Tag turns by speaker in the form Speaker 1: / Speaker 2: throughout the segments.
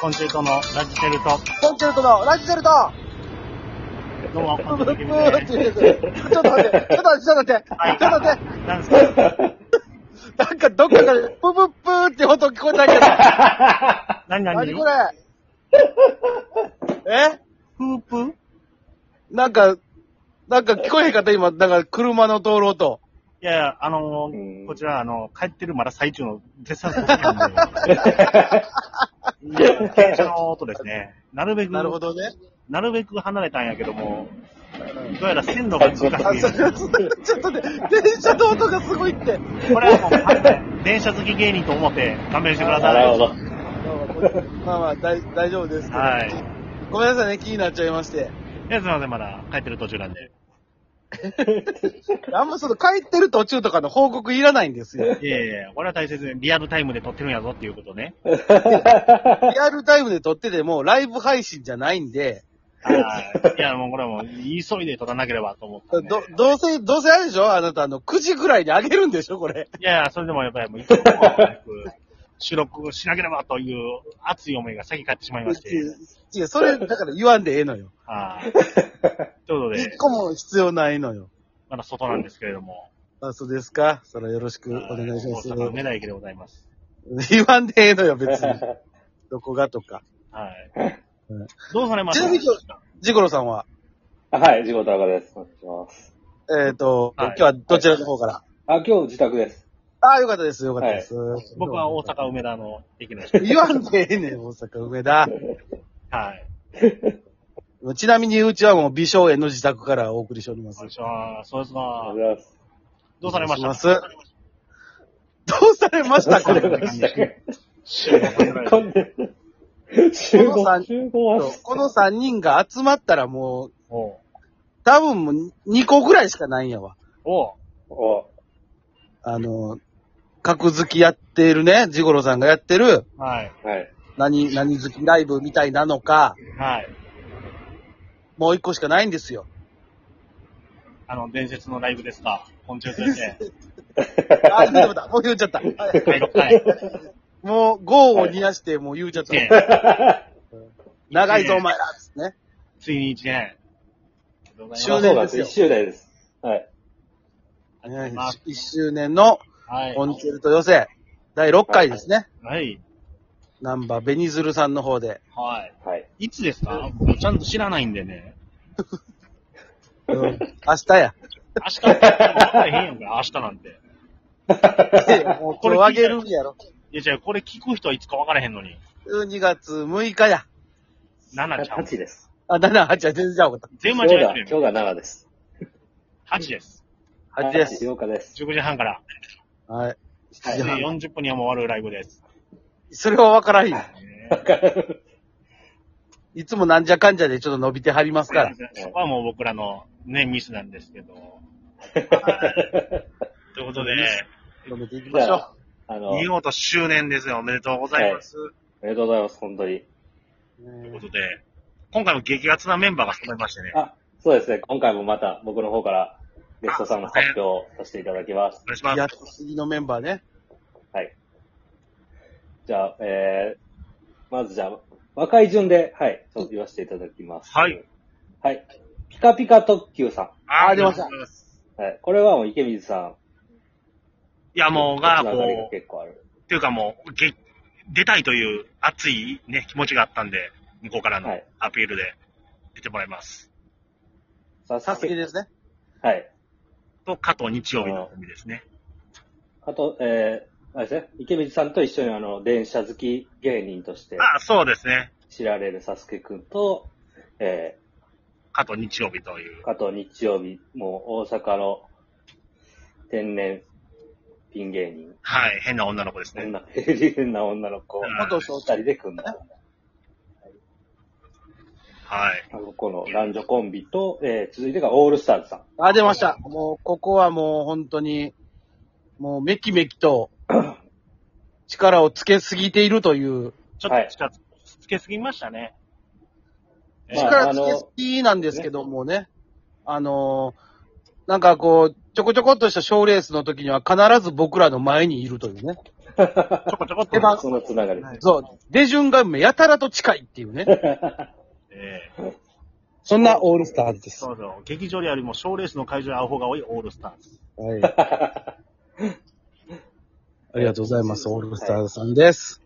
Speaker 1: コンチェルトのラジチェルト。
Speaker 2: コンチェルトのラジチェルト
Speaker 1: どうも、コンチェルト
Speaker 2: ブーって言うやつちょっと待って、ちょっと待って、ちょっと待って、ちょっと待って、
Speaker 1: なんですか
Speaker 2: なんかどっかからプープープーって音聞こえたけど、
Speaker 1: 何何
Speaker 2: 何これえ
Speaker 1: プープーい
Speaker 2: なんか、なんか聞こえへんかった今、なんか車の通る音。
Speaker 1: やいや、あの
Speaker 3: う
Speaker 1: ー、
Speaker 3: ん
Speaker 1: こちら、あの、帰ってるまだ最中の絶賛ですなんで。いや電車の音ですね。なるべく、
Speaker 2: なるほ
Speaker 1: な
Speaker 2: どね。
Speaker 1: るべく離れたんやけども、どうやら線路が難しい
Speaker 2: あ、それ、ちょっと待って、電車の音がすごいって。
Speaker 1: これはもうはい、電車好き芸人と思って勘弁してください。
Speaker 3: なるほど。
Speaker 2: まあまあ、大大丈夫ですけど。
Speaker 1: はい。
Speaker 2: ごめんなさいね、気になっちゃいまして。
Speaker 1: いや、すいません、まだ帰ってる途中なんで。
Speaker 2: あんまその帰ってる途中とかの報告いらないんですよ。
Speaker 1: いやいやいやこれは大切に、リアルタイムで撮ってるんやぞっていうことね。
Speaker 2: リアルタイムで撮ってても、ライブ配信じゃないんで、
Speaker 1: はい。いや、もうこれはもう、急いで撮らなければと思って、
Speaker 2: ど、どうせ、どうせあれでしょあなた、あの、9時ぐらいにあげるんでしょこれ。
Speaker 1: いやいや、それでもやっぱりもう、一刻も早く収録しなければという熱い思いが先に勝ってし まいまして。
Speaker 2: いや、それ、だから言わんでええの よ。
Speaker 1: はい。ということ
Speaker 2: 一
Speaker 1: で、
Speaker 2: 個も必要ないのよ。
Speaker 1: まだ外なんですけれども。
Speaker 2: あ、そうですかそれよろしくお願いします。
Speaker 1: はい大阪梅田駅でございます。
Speaker 2: 言わんでええのよ、別 に。どこがとか。
Speaker 1: はい。どうされまし
Speaker 2: ち
Speaker 1: た
Speaker 2: なみに今日、ジゴロさんは、
Speaker 3: はい、地元赤です。お願いします。
Speaker 2: えっ、と、
Speaker 1: はい
Speaker 2: 今日はどちらの方から、
Speaker 3: あ、今日自宅です。
Speaker 2: ああ、よかったです、よかったです。
Speaker 1: 僕は大阪梅田の駅の人。
Speaker 2: 言わんでええねん、大阪梅田。
Speaker 1: はい。
Speaker 2: ちなみにうちはもう美少年の自宅からお送りしてお ります。
Speaker 1: こん
Speaker 2: ど
Speaker 1: にちは。そうですが、
Speaker 3: ありがと
Speaker 1: どうされました
Speaker 2: お願いしますうされまし
Speaker 3: うご
Speaker 2: た
Speaker 3: ざいます。
Speaker 2: これ。こ
Speaker 3: ました
Speaker 1: 週末ぐらい
Speaker 3: こんな集
Speaker 2: この
Speaker 3: 合、
Speaker 2: 三
Speaker 3: 集合は、
Speaker 2: の3人が集まったらもう、
Speaker 1: おう
Speaker 2: 多分もう2個ぐらいしかないんやわ。
Speaker 1: おう
Speaker 3: お
Speaker 2: あの、格付きやってるね、ジゴロさんがやってる、
Speaker 1: はい。
Speaker 3: はい。
Speaker 2: 何、何好きライブみたいなのか、
Speaker 1: はい。
Speaker 2: もう1個しかないんですよ。
Speaker 1: あの、伝説のライブですか。昆虫として。
Speaker 2: あ、言うてもだ。もう言っちゃった。はい
Speaker 1: 第6回。
Speaker 2: もう、ゴーを煮やして、もう言うちゃった。
Speaker 1: ね
Speaker 2: 長いぞ、お前ら。ね。
Speaker 1: ついに1年。ありがとうござい
Speaker 2: 周
Speaker 1: ま
Speaker 2: 年
Speaker 3: あそうなん
Speaker 2: ですよ
Speaker 3: 一周年です。は
Speaker 1: すあり
Speaker 3: い。
Speaker 1: がとうございます。
Speaker 2: 1周年の
Speaker 1: はい。
Speaker 2: コンチェルト予選、第6回ですね。
Speaker 1: はい。
Speaker 2: ナンバーベニズルさんの方で。
Speaker 1: はい。
Speaker 3: はい。
Speaker 1: いつですか僕ちゃんと知らないんでね。
Speaker 2: うん、明日や。
Speaker 1: 明日って言ったら分かれへんやんか、明日なんて。
Speaker 2: も うこれあげるんやろ。
Speaker 1: いや、じゃあこれ聞く人はいつか分からへんのに。
Speaker 2: 12月6日や。
Speaker 1: 7ちゃん。
Speaker 3: 8です。
Speaker 2: あ、7、8、全然ちゃうかっ
Speaker 1: 全
Speaker 3: 今
Speaker 1: 間
Speaker 3: 日
Speaker 1: 違え
Speaker 3: が、
Speaker 1: て
Speaker 3: 今
Speaker 1: る
Speaker 3: 日
Speaker 1: よ。
Speaker 3: が7です。
Speaker 1: 8です。
Speaker 2: た。8です。
Speaker 3: 8日です。
Speaker 1: 19時半から。
Speaker 2: はい。
Speaker 3: はい
Speaker 2: いや
Speaker 1: 40分にはもう終わるライブです。
Speaker 2: それはわからんよ。
Speaker 1: ね
Speaker 3: わかる。
Speaker 2: いつもなんじゃかんじゃでちょっと伸びてはりますから。
Speaker 1: そこはもう僕らのね、ミスなんですけど。ということで、
Speaker 2: 伸びていき
Speaker 3: じ
Speaker 2: まし
Speaker 3: ゃ
Speaker 2: ょ
Speaker 3: あ、あの、お
Speaker 1: 見
Speaker 3: め
Speaker 1: 事周年ですよ。おめでとうございます。
Speaker 3: でとうございます、本当に。
Speaker 2: う。
Speaker 1: という
Speaker 2: ね
Speaker 1: ことで、今回も激アツなメンバーが揃いましてね。
Speaker 3: あ、そうですね。今回もまた僕の方からゲストさんの発表をさせていただきます
Speaker 1: お。願いしま
Speaker 2: やっ
Speaker 1: す。
Speaker 2: と次のメンバーね。
Speaker 3: じゃあ、えー、まずじゃあ、若い順で、はい、ちょっと言わせていただきます。
Speaker 1: はい。
Speaker 3: はい。ピカピカ特急さ
Speaker 2: あ出ました
Speaker 1: ありがとうございす
Speaker 3: ん。はい。これはもう池水さん。
Speaker 1: いや、もう、が、
Speaker 3: こっちの辺りが
Speaker 1: こう、
Speaker 3: 結構ある。
Speaker 1: というかもう、げ出たいという熱いね、気持ちがあったんで、向こうからの
Speaker 3: はい
Speaker 1: アピールで出てもらいます。
Speaker 3: さ
Speaker 2: サスケですね。
Speaker 3: はい。
Speaker 1: と、加藤日曜日の組ですね。
Speaker 3: あと、えー、あれですね。池水さんと一緒にあの、電車好き芸人として
Speaker 1: あ、そうですね。
Speaker 3: 知られるサスケくんと、え
Speaker 1: 加藤日曜日という
Speaker 3: ー、。加藤日曜日、もう大阪の天然ピン芸人。
Speaker 1: はい、変な女の子ですね
Speaker 3: 変。な、変な女の子。
Speaker 1: うん
Speaker 2: 元
Speaker 3: 二
Speaker 2: 招
Speaker 3: 人
Speaker 2: 待。
Speaker 3: で組んだ。
Speaker 1: はい。
Speaker 3: この男女コンビと、えー、続いてがオールスターズさん。
Speaker 2: あ、出ました。もう、ここはもう本当に、もうめきめきと、力をつけすぎているという、
Speaker 1: ちょっと近つけすぎましたね。えー
Speaker 3: まあ
Speaker 2: 力つけすぎなんですけどもね、あのー、なんかこう、ちょこちょこっとした賞レースの時には必ず僕らの前にいるというね。
Speaker 1: ちょこちょこっと
Speaker 2: 出。番
Speaker 3: そのつながり。
Speaker 1: はい
Speaker 2: そう。出順がやたらと近いっていうね。
Speaker 1: ええ
Speaker 2: そんなオールスターズです。
Speaker 1: そうそう。劇場よりも賞レースの会場に会う方が多いオールスターズ。
Speaker 2: はい。 ありがとうございます。オールスターズさんです。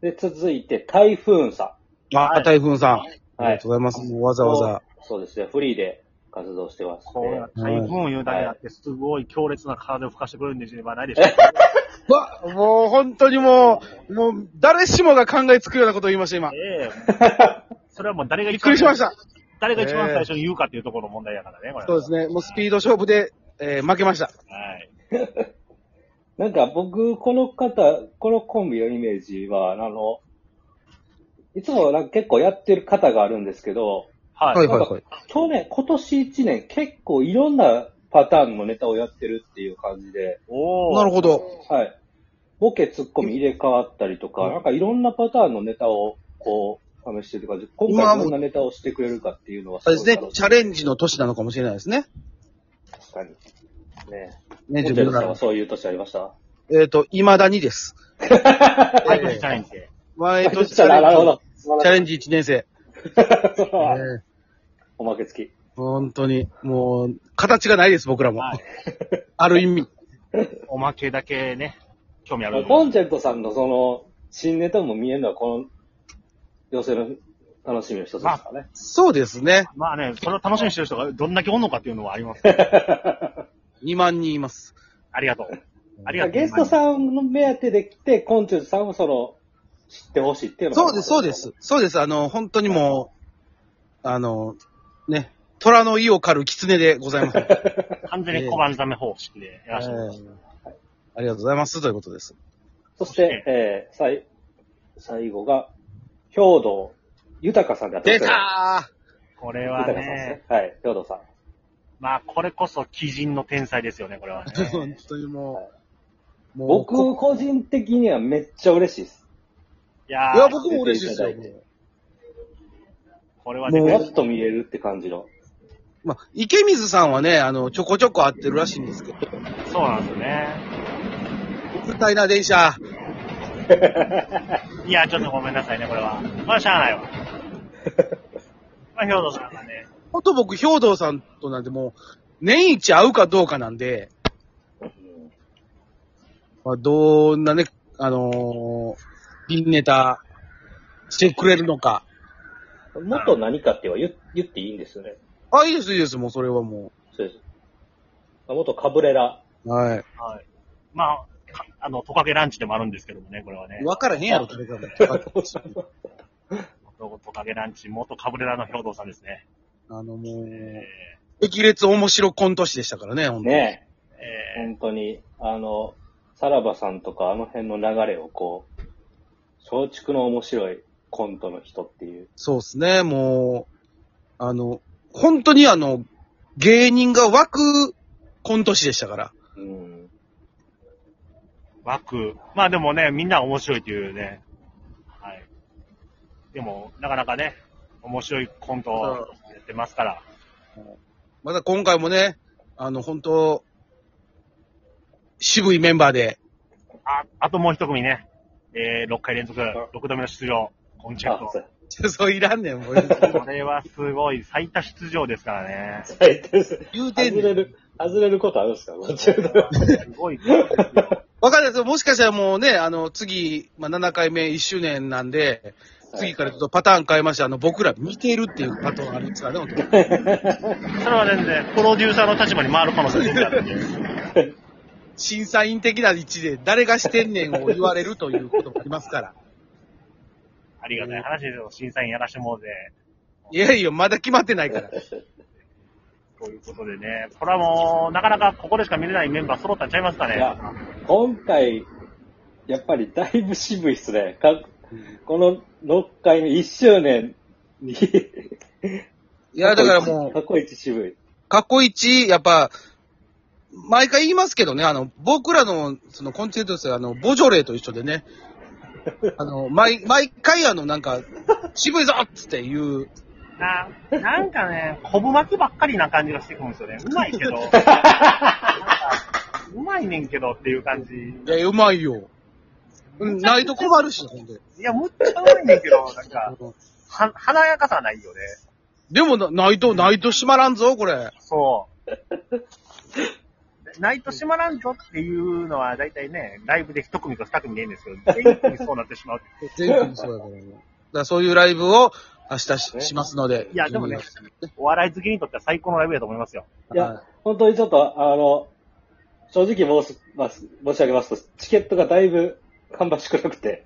Speaker 3: で、続いて、台風さ
Speaker 1: はい
Speaker 2: あ、台風さん。あり
Speaker 3: はい
Speaker 2: がとうございます。もうわざわざ。
Speaker 3: ん。そうですね、フリーで活動してます、
Speaker 1: これは
Speaker 3: ね。
Speaker 1: 台風を言うだけあって、すごい強烈な風を吹かしてくるんでしょない でしょうか。
Speaker 2: うわ、もう本当にもう、もう誰しもが考えつくようなことを言いました、今。
Speaker 1: ええそれはもう誰が
Speaker 2: びっ
Speaker 1: 一
Speaker 2: く
Speaker 1: 番
Speaker 2: りしました。
Speaker 1: 誰が一番最初に言うかっていうところの問題やからね、これ。
Speaker 2: そうです
Speaker 1: ね。
Speaker 2: ね。もうスピード勝負で、えー負けました。
Speaker 1: はい。
Speaker 3: なんか僕、この方、このコンビのイメージは、あの、いつもなんか結構やってる方があるんですけど、
Speaker 1: はい。
Speaker 2: はいはいはい。
Speaker 3: 去年、今年1年結構いろんなパターンのネタをやってるっていう感じで、
Speaker 1: おー
Speaker 2: なるほど。
Speaker 3: はい。ボケ、ツッコミ入れ替わったりとか、なんかいろんなパターンのネタを、こう、試してる感じで、今
Speaker 2: 今
Speaker 3: 回
Speaker 2: も
Speaker 3: どんなネタをしてくれるかっていうのは
Speaker 2: そうですね。チャレン
Speaker 3: ジ。
Speaker 2: ジの年なのかもしれないですね。
Speaker 3: 確かに。ねえ。モテルさんは
Speaker 2: 27。
Speaker 3: そういう年ありました
Speaker 2: えっ、と、未だにです。
Speaker 1: はい、チャレンジで。
Speaker 2: 毎年チ
Speaker 3: あなるほ
Speaker 2: ャ
Speaker 3: ど。素晴
Speaker 2: レ
Speaker 3: らしい
Speaker 2: ンジ1年 生。ね
Speaker 3: おまけ付き。
Speaker 2: 本当に、もう、形がないです、僕らも。
Speaker 1: はい
Speaker 2: ある意味。
Speaker 1: おまけだけね、興味ある。
Speaker 3: コンチェルトさんのその、新ネタも見えるのは、この、寄せの楽しみの一つですからね。
Speaker 2: そうですね。
Speaker 1: まあね、それを楽しみにしてる人がどんだけおんのかっていうのはありますけど。
Speaker 2: 2万人います。
Speaker 1: ありがとう。ありがとう。
Speaker 3: ゲストさんの目当てで来て、コンチェルトさんもその、知ってほしいっていうのが
Speaker 2: そうです、そうです。。そうです。あの、本当にもう、あの、ね、虎の意を狩る狐でございます。
Speaker 1: 完全に小判ざめ方式でやらせてもらいまし
Speaker 2: えーありがとうございます、ということです。
Speaker 3: そして、えー、最、最後が、兵道豊さんであって
Speaker 2: 出
Speaker 3: ますね
Speaker 2: たー
Speaker 1: た。これ
Speaker 3: 豊
Speaker 1: は
Speaker 3: さんですね
Speaker 1: ね、。
Speaker 3: はい、兵道さん。
Speaker 1: まあこれこそ鬼人の天才ですよね、これ は
Speaker 2: 本
Speaker 1: ね。
Speaker 2: 当にもう、もう
Speaker 3: 僕、
Speaker 2: こ
Speaker 3: 個人的にはめっちゃ嬉しいです。
Speaker 1: いや
Speaker 2: いや、
Speaker 1: ー、
Speaker 2: 僕も嬉しいですよ
Speaker 3: 出ていただい。
Speaker 1: これは
Speaker 2: もう
Speaker 1: ね、
Speaker 3: やっと見れるって感じの。
Speaker 2: まあ、池水さんはね、あの、ちょこちょこ会ってるらしいんですけど、
Speaker 1: そうなんですよね。
Speaker 2: 絶対な電車。
Speaker 1: いや、ちょっとごめんなさいね、これは。まあしゃあない わ。まあ、兵頭さんがね、
Speaker 2: あと僕、兵道さんとなんてもう、年一会うかどうかなんで、まあ、どんなね、あのー、ピンネタしてくれるのか。
Speaker 3: もっと何かっては言言っていいんですよね。
Speaker 2: あ、いいです、いいです、もうそれはも
Speaker 3: そうです。あ元カブレラ。
Speaker 2: う。は
Speaker 1: はい。まあ、かあの、トカゲランチでもあるんですけどもね、これはね
Speaker 2: い。。わからへんやろ、食べ方。
Speaker 1: トカゲランチ、元カブレラの兵頭さんですね。
Speaker 2: あの、もう、
Speaker 1: え
Speaker 2: 激烈面白コント師でしたからね、本当に。
Speaker 3: ね
Speaker 1: ーえ
Speaker 3: え、
Speaker 1: ー
Speaker 3: 本当に、あの、さらばさんとかあの辺の流れをこう、松竹の面白いコントの人っていう。
Speaker 2: そうですね、もう、あの、本当にあの、芸人が湧くコント師でしたから。
Speaker 3: うん。
Speaker 1: 枠。まあでもね、みんな面白いというね。はい。でも、なかなかね、面白いコントをやってますから。
Speaker 2: また今回もね、あの、本当渋いメンバーで、
Speaker 1: あ、あともう一組ね。えー、6回連続、6度目の出場、コンチェ
Speaker 3: あ
Speaker 1: ル、ト
Speaker 3: そ。う
Speaker 2: そういらんねん、もう。
Speaker 1: これはすごい、最多出場ですから ね。
Speaker 3: 最低です。
Speaker 2: 言うてん
Speaker 3: 外
Speaker 2: ね
Speaker 3: れ
Speaker 2: ん。
Speaker 3: る、外れることあるんですかこっちの
Speaker 1: すごいことですよ。
Speaker 2: わかんないですよ。もしかしたらもうね、あの、次、まあ、7回目1周年なんで、次からちょっとパターン変えまして、あの、僕ら見てるっていうパターンありますからね、本当に
Speaker 1: それは全然、プロデューサーの立場に回る可能性全然あるんで。
Speaker 2: 審査員的な位置で、誰がしてんねんを言われるということもありますから。
Speaker 1: ありがたい話ですよ。審査員やらしてもうぜ。
Speaker 2: いやいや、まだ決まって ないから。
Speaker 1: ということでね。これはもう、なかなかここでしか見れないメンバー揃ったんちゃいますかね。
Speaker 3: いや今回、やっぱりだいぶ渋いっすね。かこの6回目1周年に、
Speaker 2: いや、だからもう、
Speaker 3: 過去一渋い。
Speaker 2: 過去一、やっぱ、毎回言いますけどね、あの、僕らの、その、コンチェルトス、あの、ボジョレーと一緒で ね、あの、毎、毎回あの、なんか、渋いぞっつっていう
Speaker 1: な、なんかね、こぶ巻きばっかりな感じがしてくるんですよね。うまい けど、なんかうまいねんけどっていう感じ。
Speaker 2: いや、うまいよ。うん、ないと困るし、ほんで。
Speaker 1: いや、むっちゃうまいねんけど、なんか、は、華やかさはないよね。
Speaker 2: でもな、ないと、ないと閉まらんぞ、これ。
Speaker 1: そう。ナイト閉まらんぞっていうのは、だいたいね、ライブで一組と二組でいいんですけど、全組そうなってしまう。
Speaker 2: 全国そうやからね。だからそういうライブを明日ししますので。
Speaker 1: いや、でもね
Speaker 2: はい、
Speaker 1: お笑い好きにとっては最高のライブだと思いますよ。
Speaker 3: いや、本当にちょっと、あの、正直申す、ます申し上げますと、チケットがだいぶ芳しくなくて。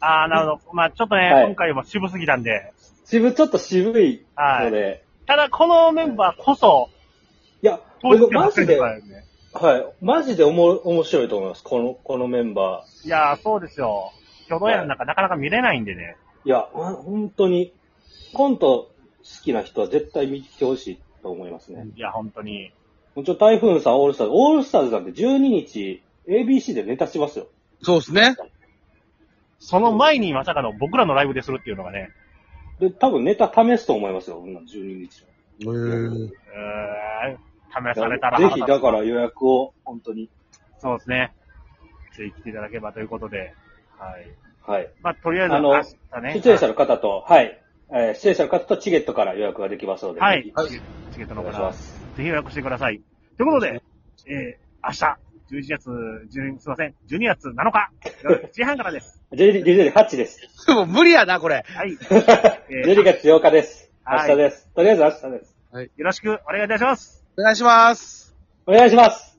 Speaker 1: あー、なるほど。まあちょっとね、
Speaker 3: はい
Speaker 1: 今回も渋すぎたんで。
Speaker 3: 渋、ちょっと渋い
Speaker 1: は
Speaker 3: の
Speaker 1: い。
Speaker 3: で、
Speaker 1: ただ、このメンバーこそ、
Speaker 3: いや、
Speaker 1: 当時
Speaker 3: 僕マジで、はい、
Speaker 1: ね。
Speaker 3: マジでおも面白いと思います。この、このメンバ
Speaker 1: いやー、そうですよ。挙動やなんかなかなか見れないんでね。
Speaker 3: ー。いや、ほん本当に、コント好きな人は絶対見てほしいと思いますね。
Speaker 1: いや、本当に。
Speaker 3: もうちょ、台風さん、オールスターズ、オールスターズなんて12日、ABC でネタしますよ。
Speaker 2: そうですね。
Speaker 1: その前にまさかの僕らのライブでするっていうのがね。
Speaker 3: で、多分ネタ試すと思いますよ、こんなん12日。
Speaker 2: へ
Speaker 1: う
Speaker 2: ー
Speaker 1: ーん、試されたら
Speaker 3: ぜ
Speaker 1: 腹
Speaker 3: ひ、
Speaker 1: 立つ
Speaker 3: だから予約を、本当に。
Speaker 1: そうですね。ぜひ来ていただければということで。はい。
Speaker 3: はい。
Speaker 1: まあ、とりあえず、
Speaker 3: あの
Speaker 1: 明日ね。
Speaker 3: 出演者の方と、はい。えー出演者の方とチケットから予約ができますので、
Speaker 1: は
Speaker 3: ぜ
Speaker 1: い。
Speaker 3: ひ
Speaker 1: はいチケット
Speaker 3: お
Speaker 1: の
Speaker 3: 願いし
Speaker 1: 方
Speaker 3: ま、す。
Speaker 1: ぜひ予約してください。ということで、えー、明日、11月、12すいません、12月7日、夜7時半からです。
Speaker 3: 12.8です。
Speaker 2: もう無理やな、これ。
Speaker 1: はい。えー
Speaker 3: 12月8日です。明
Speaker 1: はい
Speaker 3: 日です。とりあえず明日です。
Speaker 1: よろしくお願いいたします。
Speaker 2: お願いします。
Speaker 3: お願いします。